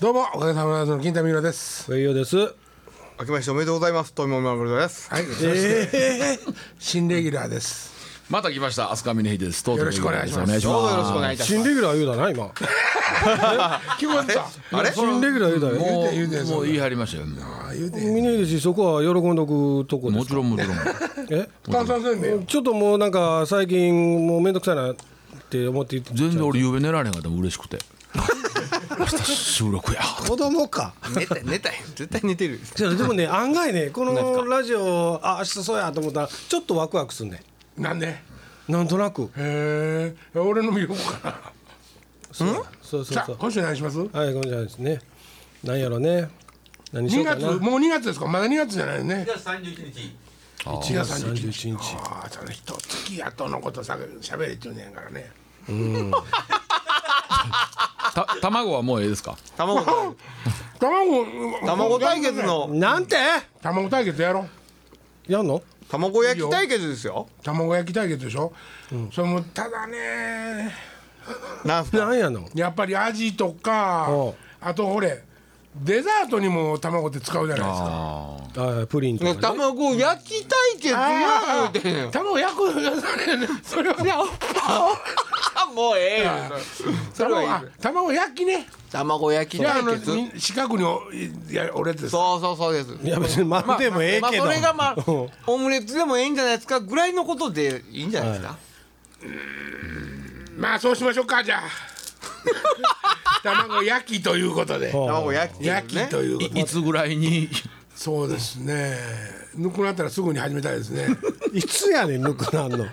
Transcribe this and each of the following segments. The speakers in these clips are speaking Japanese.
どうもおかげさまの金田美浦ですいよです。明けましておめでとうございます。富山ブルです。はいそして、新レギュラーですまた来ました飛鳥峰秀ですよよろしくお願いしますどうぞよろしくお願いいたし新まレギュラー言うだな、 今。聞こえたす。あれ新レギュラー言うだよ。もて言うてうもう言い張りましたよあ言うて峰岸、そこは喜んどくとこでもすちか。ろんもちろんえ炭酸せんべいよちょっともうなんか、最近、もうめんどくさいなって思って言って全然俺夕べ寝られへんかったもん嬉しくて明日収録や子供か。寝た寝たい絶対寝てる。じゃあで もね、案外ね、このラジオ、あ、明日そうやと思ったら、ちょっとワクワクすんねなんでへん。なんとなく。え俺の見ようかなそうそさうあそう。今週何しますはい、ごめんなさいですね。なんやろね。何し2ようか月な。もう2月ですかまだ2月じゃないよね1月31日。ああその一月後のことさしゃべれって言うねんからねた卵はもうええですか卵卵卵対決のなんて卵対決やろやんの卵焼き対決ですよ。卵焼き対決でしょ、それもただねなんすか。なんやのやっぱり味とかおうあとほれデザートにも卵って使うじゃないですかあプリンとかね。卵焼き対決や言うてんねん卵焼くそれはねもうええよそれはい卵いあ卵焼きね卵焼きじゃああ対の決。み近くにおいや俺ですそうそうそうです。いや別にまあでもええまあけど、それがまあうんオムレツでもええんじゃないですかぐらいのことでいいんじゃないですか。まあそうしましょうかじゃあ卵焼きということで卵焼き焼きということでいいつぐらいにそうですねぬくなったらすぐに始めたいですねいつやねんぬくなんの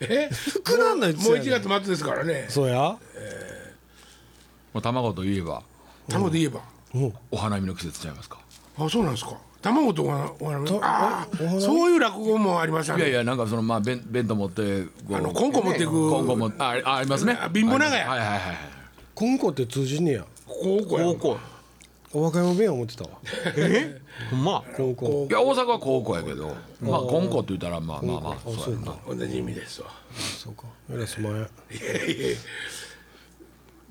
えぬくなんのいつもうやねん1月末ですからねそうやもう卵といえば卵で言えばお花見の季節ちゃいますかあそうなんですか卵とお花お花見とあーおお花見そういう落語もありましたいやいねやなんかそのまあ弁弁当持ってこうあのコンコ持っていくコンコもああありますねあ貧乏長屋はいはいはいはいコンコって通じんねや高校や高校。お若いも弁や思ってたわほんま。コンコいや大阪は高校やけどまあコンコって言ったらまあまあまあそうやな同じ意味ですわそうかえらいすまへん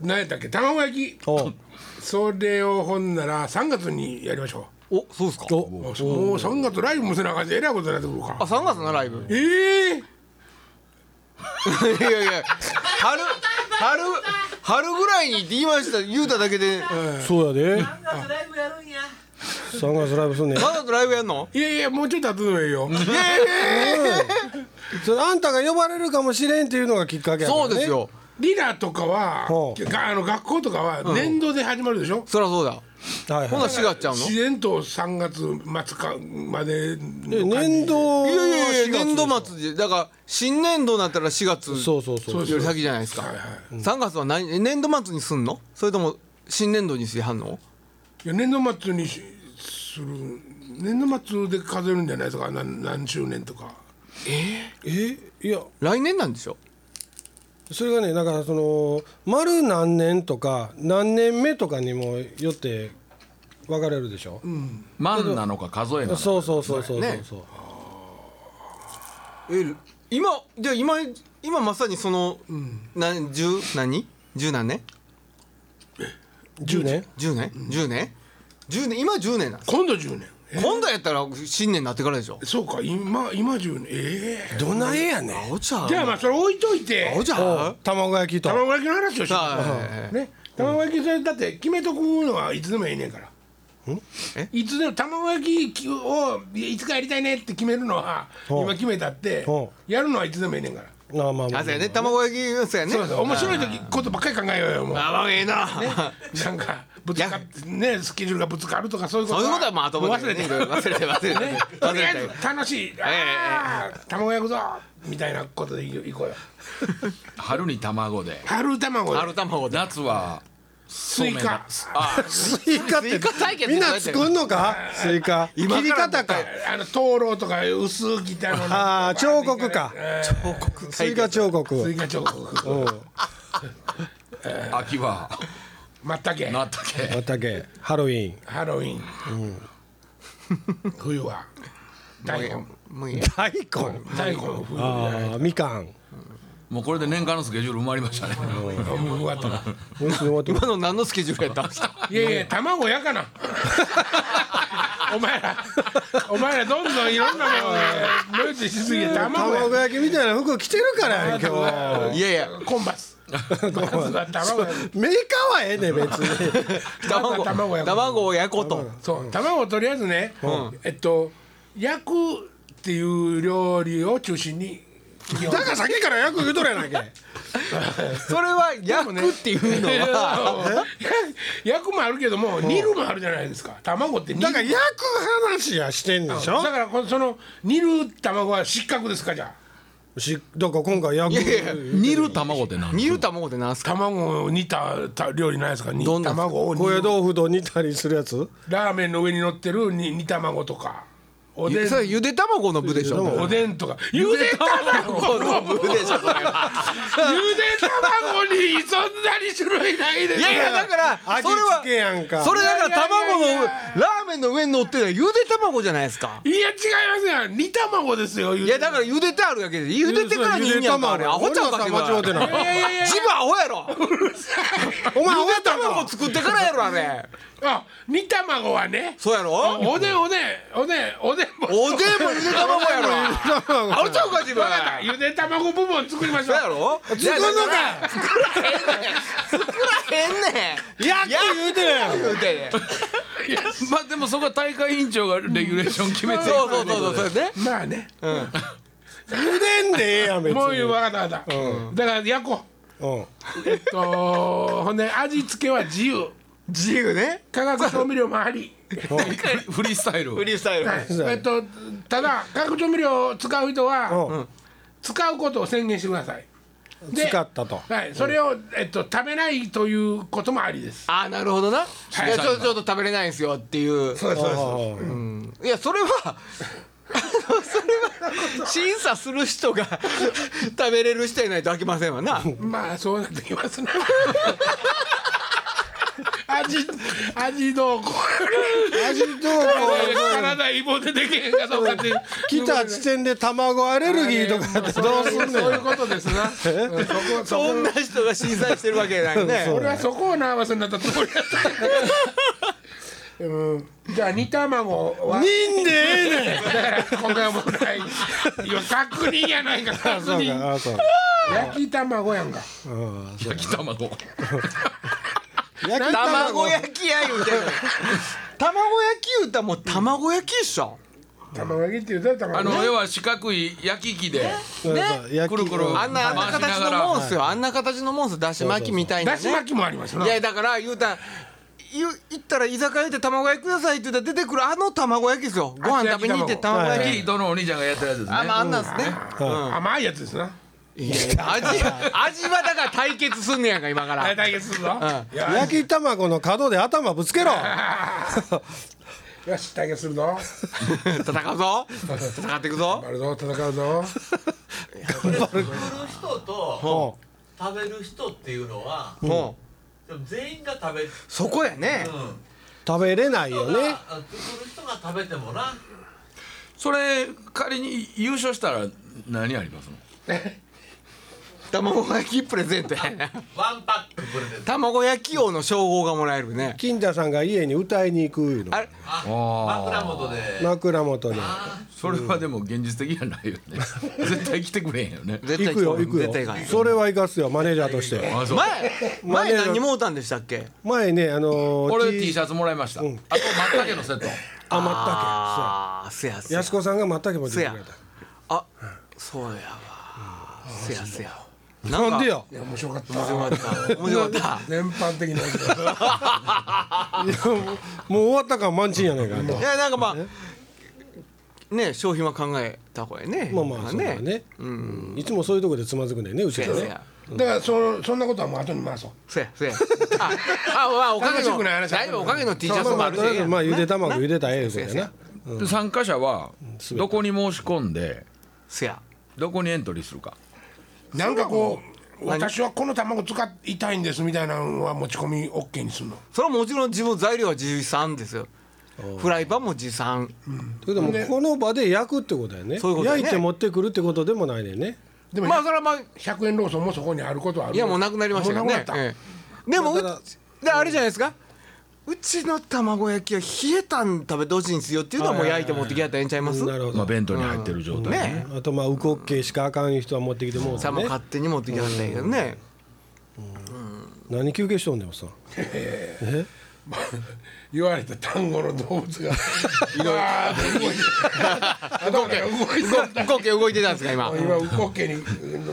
何やったっけ卵焼きおそれをほんなら3月にやりましょおそうですか。うおもう3月ライブもせなあかんしえらいことになってくるあか三月のライブ。ええいやいや春春春ぐらいにって言いました言うただけでそうやで月ライブやるんや。 3月ライブすんねんまだとライブやんのいやいやもうちょっと後でもいい よいやいやいやいやそれあんたが呼ばれるかもしれんっていうのがきっかけやから、ね、そうですよリラとかはほうがあの学校とかは年度で始まるでしょ、そりゃそうだはいほなは4月ちゃうの自然と3月末かまでいで年度はいやいやい4月や年度末でだから新年度になったら4月そうそうそそううより先じゃないですかはいはい3月は何年度末にすんのそれとも新年度にしはんのいや年度末にしする年度末で数えるんじゃないですか何何周年とかえいや来年なんでしょそれがねだからその丸何年とか何年目とかにもよって分かれるでしょ、万なのか数えなのかそうそうそうそうそうねそう、え今じゃあ今今まさにその何十何十何年10年10年10年10年今10年なんです今度10年え今度やったら新年になってからでしょそうか今今10年ええどないやねん青ちゃんじゃあまあそれ置いといて青ちゃん卵焼きと卵焼きの話をしよはうね卵焼きそれだって決めとくのはいつでもいいねんからえいつでも卵焼きをいつかやりたいねって決めるのはほう今決めたってほやるのはいつでもいいねんからあまあまああそうやね卵焼きそうやねそうそう面白い時ことばっかり考えようよもうあまあええな、なんかぶつかってねスケジュールがぶつかるとかそういうことそういうことはまあ後もうで忘れて忘れて忘れて忘れてねと忘りあれえてず楽しい、あー卵焼くぞみたいなことでいこうよ春に卵で春卵ある卵だ夏はスイカあスイカってスイカ対決みんな作んのかスイカ切からり方かあの灯籠とか薄切ったのああ彫刻か報告スイカ彫刻スイカ彫刻うん秋はまったけなったけまたけハロウィンハロウィン、冬は大根もういい大根大根の冬ああみかんもうこれで年間のスケジュール埋まりましたね。あもう終わったな美味しいの終わってま今の何のスケジュールやったんですかいやいや卵やかな お前らお前らどんどんいろんなも のをノイズしすぎて卵や卵焼きみたいな服着てるからやん今日 いやいやコンバ スコンバスは卵やメーカーはええね別に卵卵や卵を焼こうとそう卵をとりあえずね、えっと焼くっていう料理を中心に基本だから先から焼く言うとるやない けそれは焼くっていうのは焼くもあるけども煮るもあるじゃないですか卵って煮るだから焼く話やしてんでしょだからこのその煮る卵は失格ですかじゃあしだから今回焼いくやいや煮る卵って何煮る卵ってなんすか卵を煮たた料理ないですか煮どんなんですか卵を煮高野る豆腐と煮たりするやつラーメンの上に乗ってる煮煮卵とかおでゆんそれゆで卵の部でしょおでんとかゆで卵のの部でしょそれはゆで卵にそんなに種類ないです いやいやだから味それ付けやんかはそれだから卵いやいやいのやラーメンの上に乗ってるのはゆで卵じゃないですかいや違いますやん煮卵ですよゆいでやだからゆでてあるだけでゆでてから煮んやんかあれアホちゃうか俺自らさ間違うて分ないいやいやいや自分アホや ろお前ゆ終わでったんか卵作ってからやろあれあ煮卵はねそうやろおでんおでんおでんおでんもおでんもゆで卵やろ アホちゃうか自分わかったゆで卵部門作りましょそううやろ作作んの作らかへんねん焼く言うてるやん言うてまあでもそこは大会委員長がレギュレーション決めてそうそうそうそうそれねまあね茹でんでええやん別にもういうわかったわかった、だから焼こうんうえっとほんで味付けは自由自由ね化学調味料もあ りフリースタイルフリースタイルそうえっとただ化学調味料を使う人はうん使うことを宣言してくださいで使ったとはい、それを、えっと、食べないということもありですあーなるほどな、い、やちょちょっと食べれないんですよっていうそうですああいやそれはあのそれは審査する人が食べれる人いないと飽きませんわなまあそうなってきます ね味味どうこう味どうこう体イボでできへんかどうかっていう来た地点で卵アレルギーとかって どうすんねんそういうことですなうんそこそそこんな人が審査してるわけないね俺はそこをナーバスになったつもりだった、うん、じゃあ煮卵は煮んでええねんだから今回はもうないいや確認やないか確そう認かあそう焼き卵やんか焼き卵焼き卵焼きや言うてんのに卵焼き言うたらもう卵焼きっしょ卵焼きって言うたらあ卵の要は四角い焼き器でそうそう焼きくるくるあんなあんな形のモンスよあんな形のモンスだし巻きみたいなだねし巻きもありますないやだから言うたら言う言ったら居酒屋で卵焼きくださいって言ったら出てくるあの卵焼きですよご飯食べに行って卵焼き、焼きのお兄ちゃんがやったやつですねあまああんなんですね、甘いやつですな味味はだから対決すんねやんか今から大対決するぞいや焼き卵の角で頭ぶつけろよし対決するぞ戦うぞ戦っていくぞあるぞ戦うぞ作る人とも食べる人っていうのはもうでも全員が食べる、そこやねうん、う食べれないよ人ねがあ作る人が食べてもなそれ仮に優勝したら何ありますの卵焼きプレゼントやなワンパックくれてる卵焼き王の称号がもらえるね金田さんが家に歌いに行くいうのあれ枕元で枕元にそれはでも現実的じゃないよ ね絶対来てくれへんよね絶行対くよ行行く絶対行かよないそれは行かすよマネージャーとしてあそう前前何もうたんでしたっけ前ねあの俺 T- T シャツもらいましたあと松茸のセットあまっああせやたけせややす子さんがまったけ持ってきせてやくれたあそうやわせやせやななんでよよいや面白かった面白かった面白かった全般的なやつだいやもう もう終わったから満賃やないか といやなんかまあね商品は考えた方がいいねまあまあそうだねうんいつもそういうとこでつまずくねんねうちらせやせねやだからそそんなことはもう後に回そうせやせやああまあおかげ楽しのくない話だいぶおかげの T シャツもまああるとりあえずしまあゆで卵ゆでたらええせやことせややなで参加者はどこに申し込んでせやどこにエントリーするかなんかこう私はこの卵使いたいんですみたいなのは持ち込み OK にするのそれはもちろん自分材料は持参ですよフライパンも持参それでもこの場で焼くってことやねそういうことやね焼いて持ってくるってことでもないねんねでも、まあそれはまあ100円ローソンもそこにあることはあるいやもうなくなりましたけどもうなねくなった、ええでもうまあただであれじゃないですかうちの卵焼きは冷えたん食べてほしいんですよっていうのはもう焼いて持ってきやったらええんちゃいますなるほまあど弁当に入ってる状態ねねあとまあウコッケしかあかん人は持ってきてもうてさもね勝手に持ってきはったんやけどね何休憩しとんねんおっさん言われた単語の動物がいろいろ動いて頭から動いてたんだ動け動いてたんですか今今ウコッケに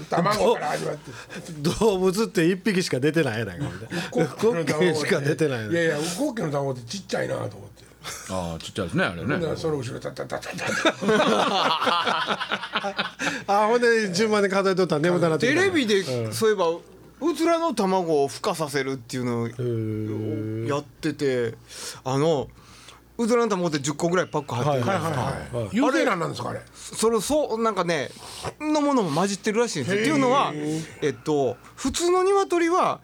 卵から始まって 動物って一匹しか出てないやないかほんで ウコッケしか出て ないいやのいやウコッケの卵ってちっちゃいなと思ってああちっちゃいですねあれねだからその後ろタタタタタあほんで順番で数えとったら眠たなってきテたレビでそういえばうずらの卵を孵化させるっていうのをやっててあのうずらの卵って10個ぐらいパック入ってるんですよはいはい有名なんなんですかあれそれそうなんかねのものも混じってるらしいんですよ。っていうのは、えっと、普通の鶏は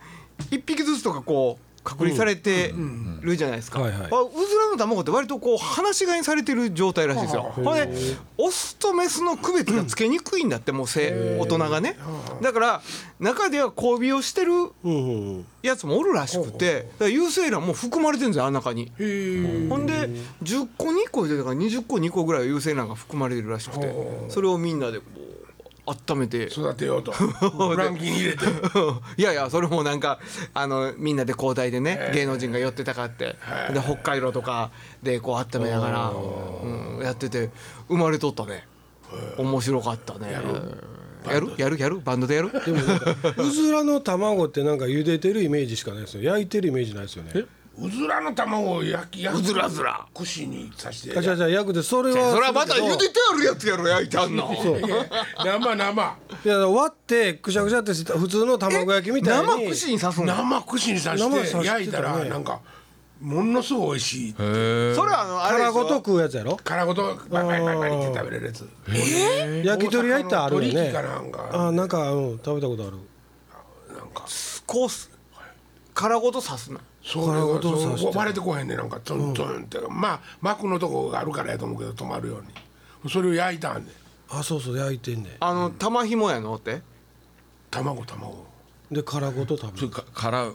1匹ずつとかこう隔離されてるじゃないですか、はいはいあうずらの卵って割とこう放し飼いにされてる状態らしいんですよ。これオスとメスの区別がつけにくいんだってもうせ大人がねだから中では交尾をしてるうんうんうんやつもおるらしくてだから有精卵も含まれてるんですよあの中に。ほんで10個2個でだから20個2個ぐらいは有精卵が含まれてるらしくてそれをみんなでこう温めて育てようとランキング入れて いやいやそれもなんかあのみんなで交代でね芸能人が寄ってたかってで北海道とかでこう温めながら、うん、やってて生まれとったね面白かったねやるやるやるバンドでやるでもなんかうずらの卵ってなんか茹でてるイメージしかないですよ焼いてるイメージないですよねうずらの卵を焼き焼うくずらずら串に刺してあじゃあじゃあ焼くでそれは それはまた茹でてあるやつやろ焼いてあんのそういや生生いや割ってくしゃくしゃってした普通の卵焼きみたいに生串に刺すの生串に刺生刺してたしてね焼いたらなんかものすごい美味しいそれはあのあれでし殻ょごと食うやつやろ殻ごとバリバリバリバリって食べれるやつ焼き鳥焼いたらあるよ大阪の鳥ね貴かなんかあなんか、うん、食べたことあるなんかコース殻ごと刺すのそう殻ごと刺してそう割れてこへんねなんかトントンってまあ膜のとこがあるからやと思うけど止まるようにそれを焼いたんであそうそう焼いてんねあの玉ひもやのって卵卵んで殻ごと食べそるれかからもう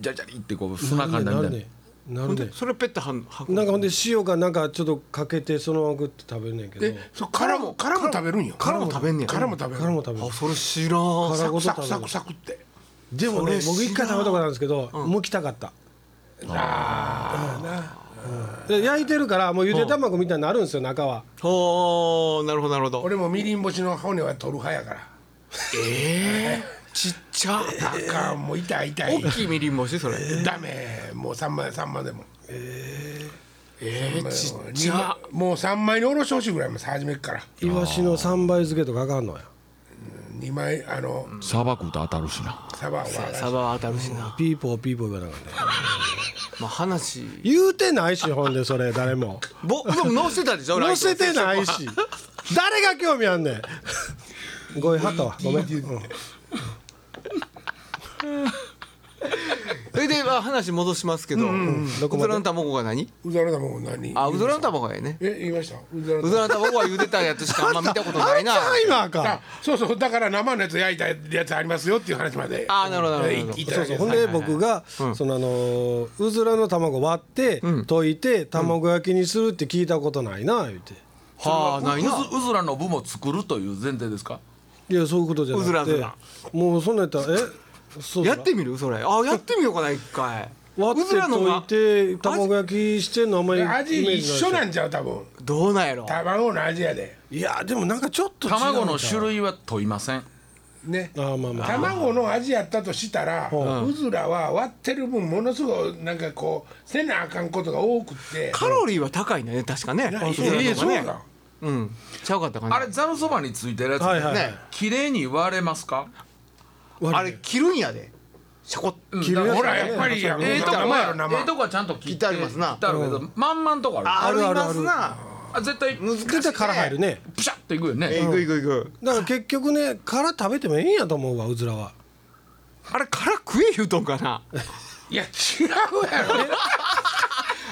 ジャリジャリってこう砂かんだみなるたいなねなほるんねでそれペッてはんはくなんかほんで塩かなんかちょっとかけてそのままグッて食べるねんけどでそう殻も殻も食べるんよ殻も食べんねや殻も食べる殻も食べるあそれ知ら殻んサごクサと食べクるサクサクってでもねそれ僕一回知ら食んべたことあるんですけど、剥きたかったああで焼いてるからもうゆで卵みたいになるんですよ中はおーなるほどなるほど俺もみりん干しの骨は取る派やからちっちゃあかんもう痛い痛い大きいみりん干しそ れダメもう三枚三枚でもえーちっ二ち枚ゃもう三枚におろしてほしいぐらいも初めっからイワシの3倍漬けとかあかんのや二枚あの砂漠と当たるしなサバはサバは当たるしなピーポーピーポー言わなかったまあ話言うてないしほんでそれ誰もぼでも載せたで しょ載せていないし誰が興味あんねんごいはったわごめん、うんそれでまあ話戻しますけどうずどこまでらの卵が何うざら卵何あうずらの卵がやねえ言いましたうざらうずらの卵は茹でたやつしかあんま見たことないなタイマーかあそうそうだから生のやつ焼いたやつありますよっていう話まであーなるほどなるほどいいたそだうけそでうすほんで僕がそのあのうずらの卵割って溶いて卵焼きにするって聞いたことないな言うてはあないなうずうずらの部も作るという前提ですかいやそういうことじゃなうずくらうずてらもうそんなんやったらえそうだやってみるそれあやってみようかな一回割うってずらのが溶いて卵焼きしてんのあんまりイメージ味ないで一しょ緒なんちゃう多分どうなんやろ卵の味やでいやでもなんかちょっと違う卵の種類類は問いませんねあーまあまあ卵の味やったとしたら、うずらは割ってる分ものすごいなんかこうせなあかんことが多くてカロリーは高いんだね確かねえうずらのえ方そうがねだうんちゃうかったかなあれざるそばについてるやつ、はいはいね綺麗に割れますか割あれ切るんやでシャコッ切るやつほらやっぱりやええとこ生やはろええ生とこはちゃんと切って切ってありますな切ってあるけど、まんまんとこあるあるるああるりあるますなあ絶対難しい絶対殻入るねプシャッといくよね、えいくいくいくだから結局ね殻食べてもいいんやと思うわうずらはあれ殻食え言うとんかないや違うやろ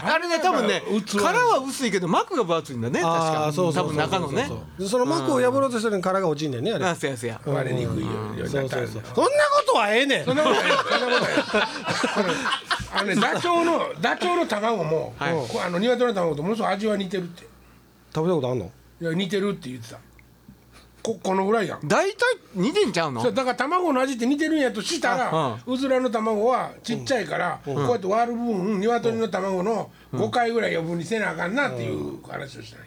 あれね多分ね器殻は薄いけど膜が分厚いんだね確あかあそうそうそ多う分そう中のねでその膜を破ろうとしてるのに殻が落ちんねんねあれなんせやせや割れにくいようにそなうったらそうそうそんなことはええねんそんなことないそんなことないあのねダチョウのダチョウの卵も、はいこうあの鶏の卵とものすごい味は似てるって食べたことあんのいや似てるって言ってたここのぐらいやん大体似てんちゃうのそうだから卵の味って似てるんやとしたらあうずらの卵はちっちゃいからこうやって割る分鶏の卵の5回ぐらい余分にせなあかんなっていう話をしたい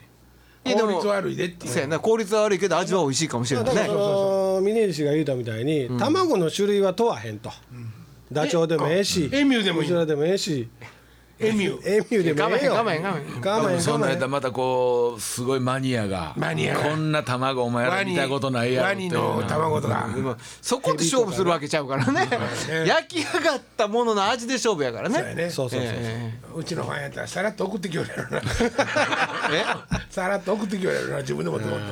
んややで効も率悪いでっていそうやうな効率は悪いけど味は美味しいかもしれなだいからそねの峰岸が言うたみたいに卵の種類は問わへんとダチョウでもええしえエミューでもいいウジラでもええしエミューエミューでもええよ我慢我慢我慢我慢我慢そんなんやったらまたこうすごいマニアがマニアがこんな卵お前らワ見ニたことないやろワっていニうなの卵とかでもそこで勝負するわけちゃうからね 焼き上がったものの味で勝負やからそうやねねそうそうそうえうちのファンやったらさらっと送ってきよるやろなえさらっと送ってきよるやろな自分でもと思った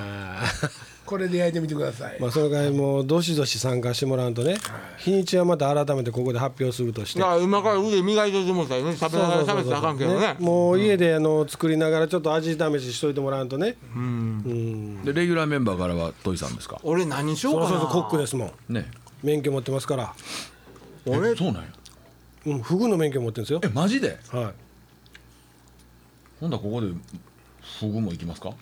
これで焼いてみてくださいまあそれからもうどしどし参加してもらうとね日にちはまた改めてここで発表するとしてまあ今から腕磨いておいてもらったらね食べながら食べてたらあかんけどねもう家であの作りながらちょっと味試ししといてもらうとねでレギュラーメンバーからはトイさんですか俺何にしようそうかそうそうコなックですもんね免許持ってますから俺そうなんやうんフグの免許持ってるんですよえマジではいほんだらここでフグも行きますか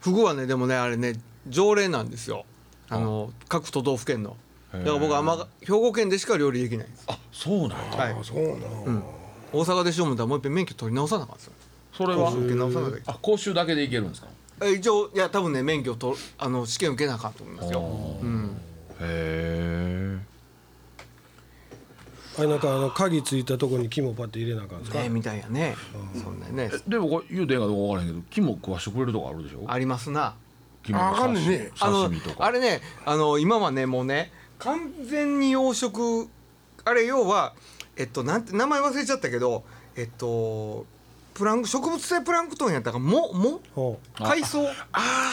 フグはねでもねあれね条例なんですよあの各都道府県のだから僕はあんま兵庫県でしか料理できないんですあそうなんやはいあそうなの、大阪でしようもんだらもう一遍免許取り直さなあかったんですよそれは受け直さなきゃいけあ講習だけで行けるんですかないえ一応いや多分ね免許とあの試験受けなあかんと思いますようんへあれなんかあの鍵ついたとこに木もパッて入れなあかんですかねみたいやねそんなねえでもこれ言うてええかどうか分からへんけど木も食わしてくれるとこあるでしょありますな肝のああかんねんねあ刺の身とかあれねあの今はねもうね完全に養殖あれ要はえっとなんて名前忘れちゃったけどえっとプランク植物性プランクトンやったからももほ海藻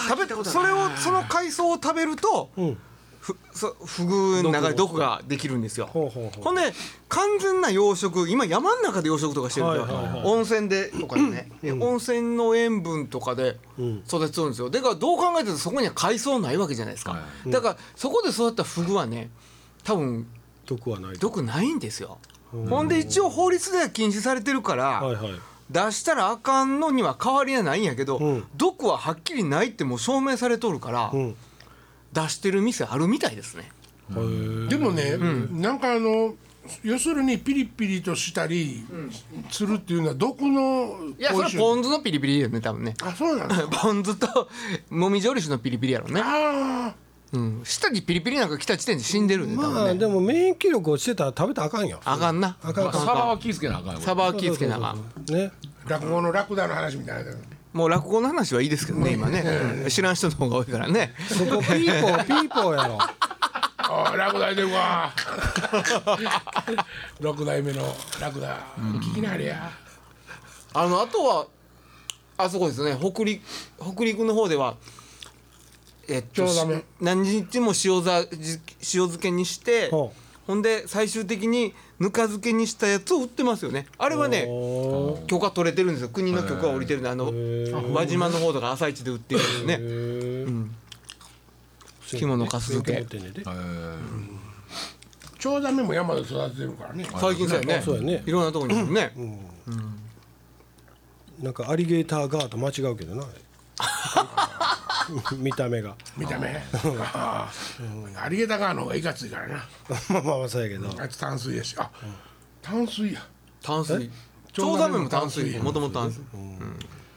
食べたことそれをその海藻を食べると、ううんふそフグの中で毒ができるんですよほうほうほうほんで完全な養殖今山の中で養殖とかしてるんだよ、はいはいはい温泉でとかでね、温泉の塩分とかでん育てるんですよでからどう考えてもそこには海藻ないわけじゃないですか、はだからそこで育ったフグはね多分毒はないと毒ないんですよ、ほんで一応法律では禁止されてるから、はいはい出したらあかんのには変わりはないんやけど、うん毒ははっきりないってもう証明されとるから、うん出してる店あるみたいですねでもね、なんかあの要するにピリピリとしたりするっていうのは毒のいやそれはポン酢のピリピリよね多分ね あそうなのポン酢ともみじおろしのピリピリやろね、あうん、下にピリピリなんか来た時点で死んでるね多まあ分ねでも免疫力落ちてたら食べたらあかんよあかんなあかんあかんサバは気ぃ付けなあかんよこれサバは気ぃつけなあかんねあ落語のラクダの話みたいなもう落語の話はいいですけどね今ね、うん知らん人の方が多いからねそ こピーポーピーポーやろあーラクダ出てるわ 六代目のラクダ、聞きなあれやあのあとはあそこですね北陸北陸の方ではえっと塩だめし何日も塩ざじ塩漬けにしてほほんで最終的にぬか漬けにしたやつを売ってますよねあれはねお許可取れてるんですよ国の許可は下りてるんであの輪島の方とか朝市で売ってるんですねへえ肝の粕漬持けってんねんでチョウザメも山で育ててるからね最近そうやねそうやねいろんなとこにもねなんかアリゲーターガーと間違うけどなあれ見た目が 見た目あーアリゲーターガーの方がいかついからなまあまあまあそうやけどあいつ淡水やしあ、淡水や淡水腸腸ザザメメもも淡淡水水もともと淡水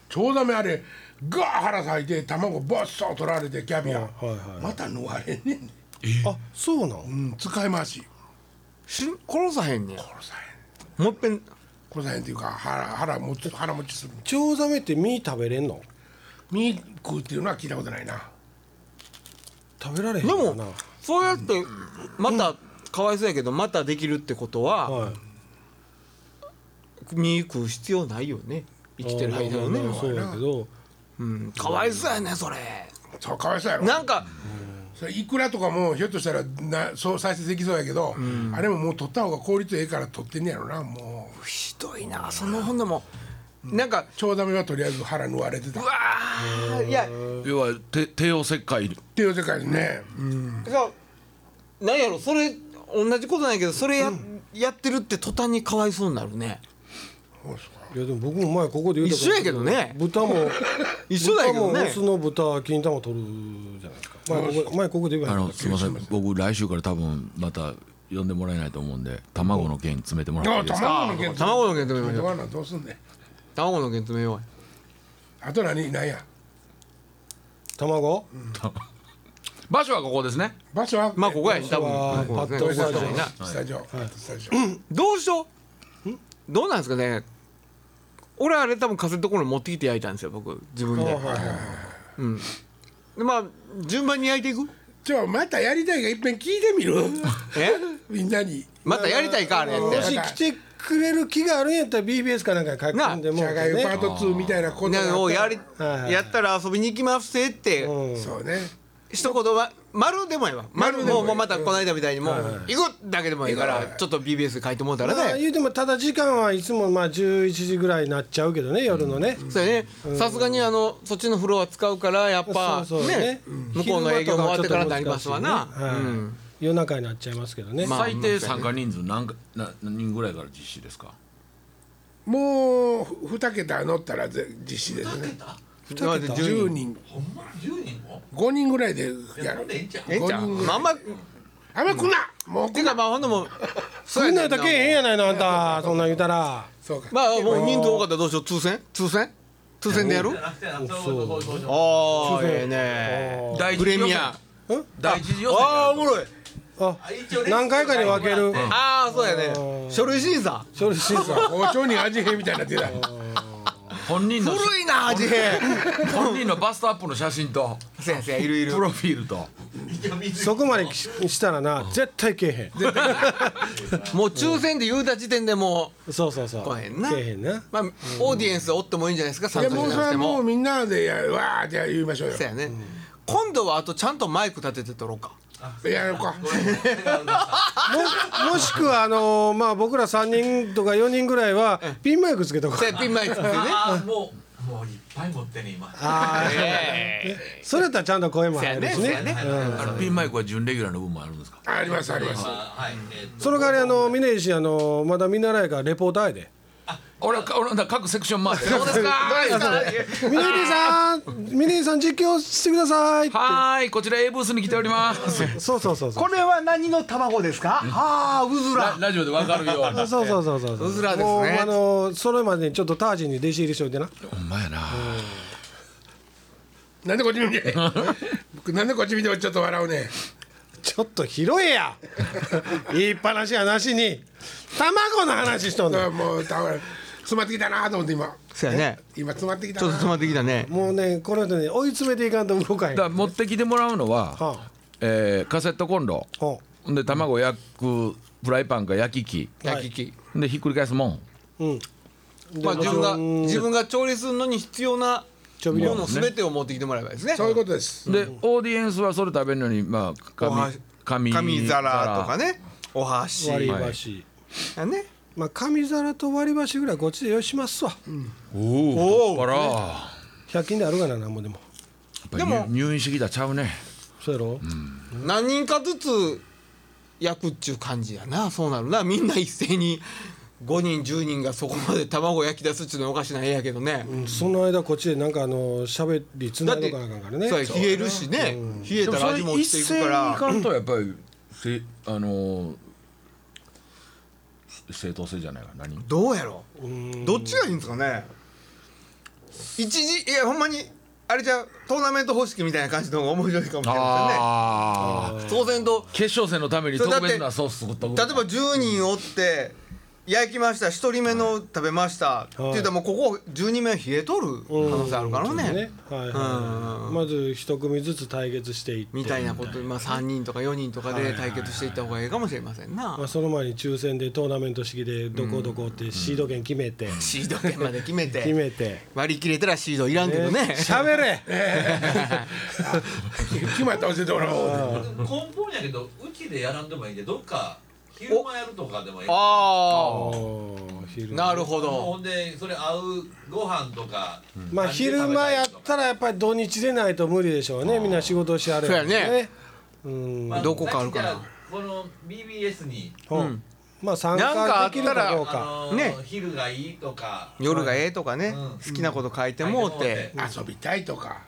チョウザメあれガー腹裂いて卵ボッソ取られてキャビア、いはいまた縫われんねんね、あそうなんうん、使い回しし殺さへんねん殺さへもう一遍ん殺さへんっていうか腹腹持ち腹持ちするチョウザメって身食べれんの身食うっていうのは聞いたことないな食べられへんでのかもなそうやってまたかわいそうやけどまたできるってことははい見食う必要ないよね生きてる間はまねあまあそうやけどうんかわいそうやねそれそうかわいそうやろなんかそれいくらとかもひょっとしたらなそう再生できそうやけど、あれももう取った方が効率ええから取ってんねやろなもひどいなその本でもなんか長ダメはとりあえず腹縫われてたっいや要はて帝王切開ていう世界ですね、そうなんやろそれ同じことなんやけどそれや,、やってるって途端にかわいそうになるねいやでも僕も前ここで言う一緒やけどね豚も一緒だけどね豚もオスの豚金玉取るじゃないですか前ここ前ここで言えばあいいんのですすみません僕来週から多分また呼んでもらえないと思うんで卵の件詰めてもらっていいですかあ卵の件卵の件止めようよどうなんどうすんねん卵の件詰めようよあと何何や卵場所はここですね場所はまあここやし多分はここパッとねスタジここやなオスタジオ、スタジどうしようどうなんですかね俺あれ多分カセットコンロ持ってきて焼いたんですよ僕自分オ、ではいはいはいでまあ順番に焼いていくじゃあまたやりたいがいっぺん聞いて みるえ みんなにまたやりたいかあれっもして来てくれる気があるんやったら BBS かなんかに書き込んでも社らっ外てパねート2みたいなことがあったならをやりはいはいやったら遊びに行きますってうんそうね一言は「丸でもええわ丸もうもうまたこの間みたいにもう「行く!」だけでもええからちょっと BBS 書いてもうたらまあね言うてもただ時間はいつもまあ11時ぐらいになっちゃうけどね夜のねそうやねさすがにあのそっちのフロア使うからやっぱそうそうねね向こうの営業終わってからになりますわな昼間とかはちょっと難しいねはい夜中になっちゃいますけどねまあ最低参加人数何かな何人ぐらいから実施ですかもう2桁乗ったらぜ実施ですねうんまあで10 10人人ほんま10人も5人ぐらいでいややほるんでええんちゃうええんちゃうまああんまあんま来な、もうて来かなまあほんでもそみんなやねったらけえへんやないのあんたそんなん言うたらそうか、まあもう人数多かったらどうしよう通選通選通選でやるじゃなくてあそうそうそうそうああええね第一プレミ予選ア第一次予選ああおもろいああ一応練習何回かに分けるああそうやね書類審査それ審査包丁に味変みたいになってた本人の古いな味変本人のバストアップの写真と先生いるいプるロフィールといや水着そこまできしたらな絶対けえへもう抽選で言うた時点でもんそうそうそう来へんなけえへんなうまあオーディエンスはおってもいいんじゃないですか参で加もしうそなれくはてもうもみんなでやわーって言いましょうよそうやね今度はあとちゃんとマイク立てて撮ろうかやろうかももしくはあのーまあ僕ら3人とか4人ぐらい はピンマイクつけとこそううやピンマイクつけてねあーもうもういっぱい持ってね今あーええそれやったらちゃんと声もそうや入るねしそうやねねあのピンマイクは準レギュラーの分もあるんですかありますありますあはいえーとその代わりあの峰岸あのーまだ見習いからレポーターや で俺は俺は各セクション回ってそうですか「峰岸 さん峰岸さん実況してください」はーいこちら A ブースに来ておりますそうそうそうそうこれは何の卵ですか？ああ、うずら。ララジオでわかるようにそうそうそうそうそううずらですねもうあのーそれまでにちょっとタージンに弟子入りしといてなほんまやななんでこっち見 て僕なんでこっち見てちょっと笑うねちょっと拾え や言いっぱなしやなしに卵の話しとんだかのらもうたまらん詰まってきたなと思って今そうやね今詰まってきたちょっとな詰まってきたねもうねこの人ね追い詰めていかんと動かへんだから持ってきてもらうのはは、あえーカセットコンロほで卵焼くフライパンか焼き焼き器器でひっくり返すもんうんまあ自分もちろがん自分が調理するのに必要な調味も料のすべてを持ってきてもらえばいいですねそういうこと ですでオーディエンスはそれ食べるのにまあおは紙紙紙皿とかねお箸割りや箸ねまあ紙皿と割り箸ぐらいこっちで用意しますわおおあら100均であるがななんもでもやっぱり入入院してきたらちゃうねそうやろ何人かずつ焼くっちゅう感じやなそうなるなみんな一斉に5人10人がそこまで卵焼き出すっちゅうのはおかしな絵やけどね、その間こっちでなんかあの喋りつだなっいてとかなんかんからねそうや冷えるしね、冷えでたもらそれ味も一落ちてい斉くにかいらかんとやっぱりせあのー正当性じゃないか何どうやろどっちがいいんですかね一時いやほんまにあれじゃうトーナメント方式みたいな感じの方が面白いかもしれませんねああ当然と決勝戦のためにそれだっ特て別なソース作っとく例えば10人おって焼きました1人目の食べました、って言ったらもうここ10人目は冷えとる可能性あるからね,、はいはいまず一組ずつ対決していってみたいなことまあ3人とか4人とかで対決していった方がいいかもしれませんなまあ、その前に抽選でトーナメント式でどこどこってシード権決めて、シード権まで決め決てめて割り切れたらシードいらんけどね喋れ、決まったら教えてもらおう根本やけどうちでやらんでもいいんでどっか開昼間やるとかでもいいああ昼なるほもうどほんでそれ合うご飯とか、まあ昼間やったら、らやっぱり土日でないと無理でしょうねみんな仕事してあるそうやねうんまあどこかあるかなさっきじゃあこの BBS にほううんまあ参なんかあ加っできるたらかどうかあのーね昼がいいとか夜がええとかね、うん好きなこと書いてもうて、遊びたいとか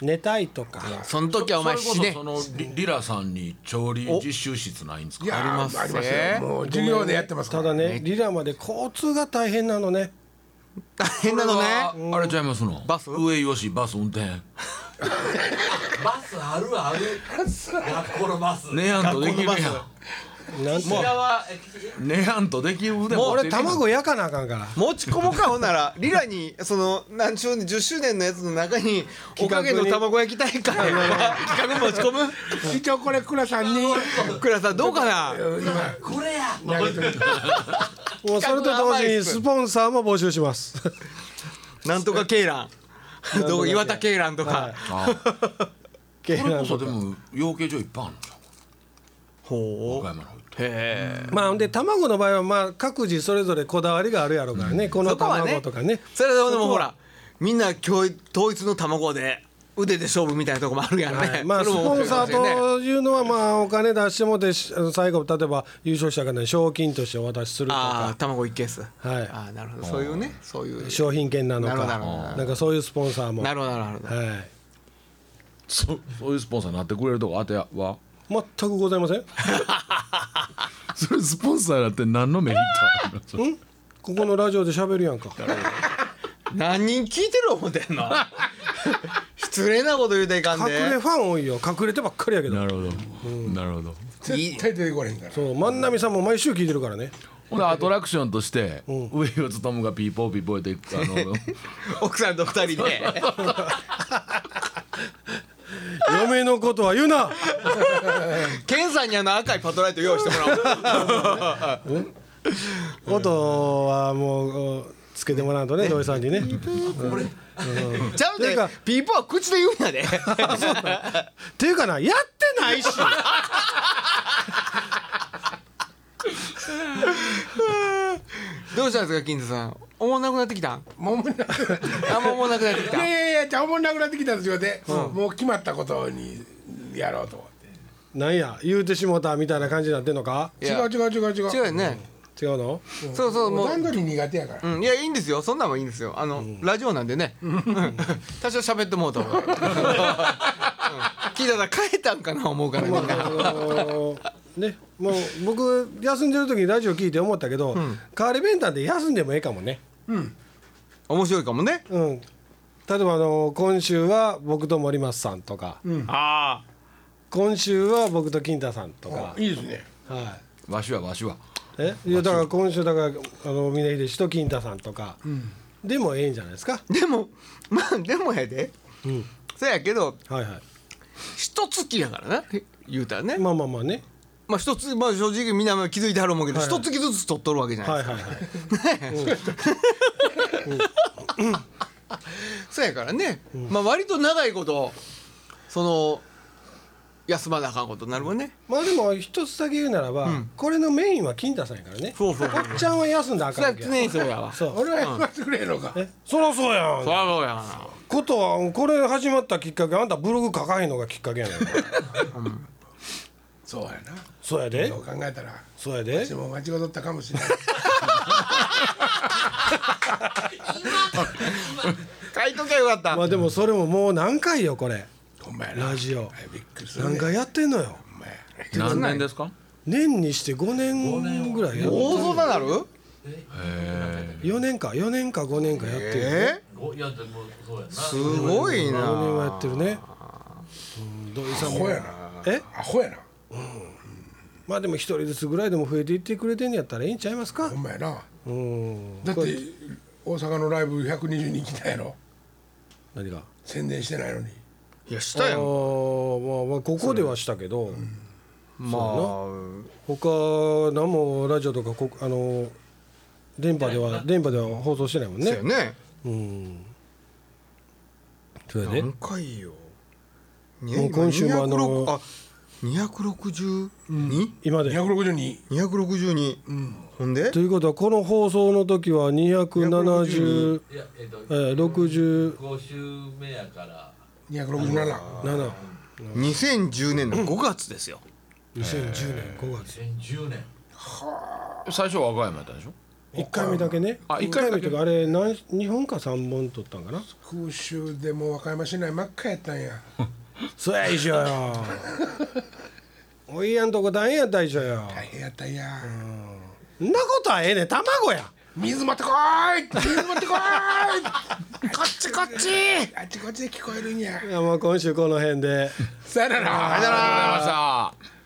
寝たいとかその時はお前そ死れねこそそのリリラさんに調理実習室ないんですいやかーありますありますねよもう授業でやってますかたらだねリラまで交通が大変なのね大変なのねああれちゃいますのバス上吉バス運転バスあるある学校のバス寝やんとできるやなんて西側えん寝やんとできるで俺卵焼かなあかんから持ち込もうかほんならリラにその何周年10周年のやつの中におかげの卵焼き大会は企画持ち込む一応これ倉さんに倉さんどうかなこれや投げといてもうそれと同時にスポンサーも募集します なんとかケイランどう岩田ケイランとか、はいそれこそでも養鶏場いっぱいあるんじゃんほ岡山の方行ってへえ まあほんで卵の場合はまあ各自それぞれこだわりがあるやろうからね、このそこはね卵とか ねそれでもほらみんな今日統一の卵で腕で勝負みたいなとこもあるやんね、はいまあスそれもポンサー面白いですよねというのはまあお金出してもでし最後例えば優勝した方に賞金としてお渡しするとああか卵一ケース、はいああなるほどそういうねそういう商品券なのかなるほどなるほどなんかそういうスポンサーもなるほどなるほど、はいそそういうスポンサーになってくれるとこあては全くございませんそれスポンサーになって何のメリットあるのそれここのラジオで喋るやん か何人聞いてる思て んの失礼なこと言うていかん隠れでファン多いよ隠れてばっかりやけどなるほど、なるほど絶対出てこれへんからそう万波さんも毎週聞いてるからねほなアトラクションとして、上与勉がピーポーピーポーってあの 奥さんと二人で嫁のことは言うなケンさんにあの赤いパトライト用意してもらおう音はもうつけてもらうとね土井さんにね ちゃうてでかピーポーは口で言うんやでっていうかなやってないし どうしたんですか金田さんおもんなくなってきたんもうもんなくなってきあんまおもんなくなってきたた いやいやいやじゃあおもんなくなってきたんですよで、もう決まったことにやろうと思ってなんや言うてしもたみたいな感じになってんのかい違やう違う違う違う違うよね違う のそうそうもう段取り苦手やから、うん、いやいいんですよそんなんはいいんですよあの、ラジオなんでね、多少喋ってもうと思 う、うん、聞いたら帰ったんかな思うからみんあなのーねもう僕休んでる時にラジオ聞いて思ったけど、代わり弁当で休んでもええかもね面白いかもねうん例えばあのー今週は僕と森松さんとか、あ今週は僕と金太さんとか、いいですねはいわしはわしはえいやだから今週だからあの峰秀氏と金太さんとか、でもええんじゃないですかあでもまあでもやで、んそやけどはいは一月やからな言うたらねいまあまあまあねまあ一つまあ正直みんな気づいてはる思うけどはい一、月ずつ取っとるわけじゃなはいでいすはか、いはいそやからね、まあ割と長いことその休まなあかんことになるもんね、まあでも一つだけ言うならば、これのメインは金太さんやからねそうそうそうおっちゃんは休んだらあそかれんわはけや常にそうやわそそう俺はやらせてくれへんのかえそらそうやんりゃそうやわなことはこれ始まったきっかけあんたブログ書かへんのがきっかけやねんそうやなそうやでそう考えたらそうやででも間違ったかもしれない書いときゃよかったまあでもそれももう何回よこれほんまやなラジオはいびっくりする何ね回やってんのよほんまや何年ですか年にして5年ぐらいや大相撲なる4年か4年か5年かやってるよね、えおいやでもそうやなすごい5年はやなってるねうん土井さんアもホやなえアホやなまあでも一人ずつぐらいでも増えていってくれてんやったらいいんちゃいますかほんまやなうんだって大阪のライブ120人来たやろ何が宣伝してないのにいやしあたあよーまあまあここではしたけど、まあ他何もラジオとかこあの電波では電波では放送してないもんそうねよ。ねうん。それで何回よもう今週もあの206あ 262?262、今で262 262ほんで ということはこの放送の時は270いやえっとえー60 5週目やから267 7 2010年の5月ですよ2010年5月2010年最初は和歌山やったでしょ1回目だけねあ一一回回だ目けというかあれ何2本か3本取ったんかな空襲でもう和歌山市内真っ赤やったんやそや一緒やおいやんとこ大変やった一緒や大変やったんやんなことはええねん卵や水持ってこーい水持ってこーいこっちこっちあっちこっちで聞こえるんやいやもう今週この辺でさよならありがとうございました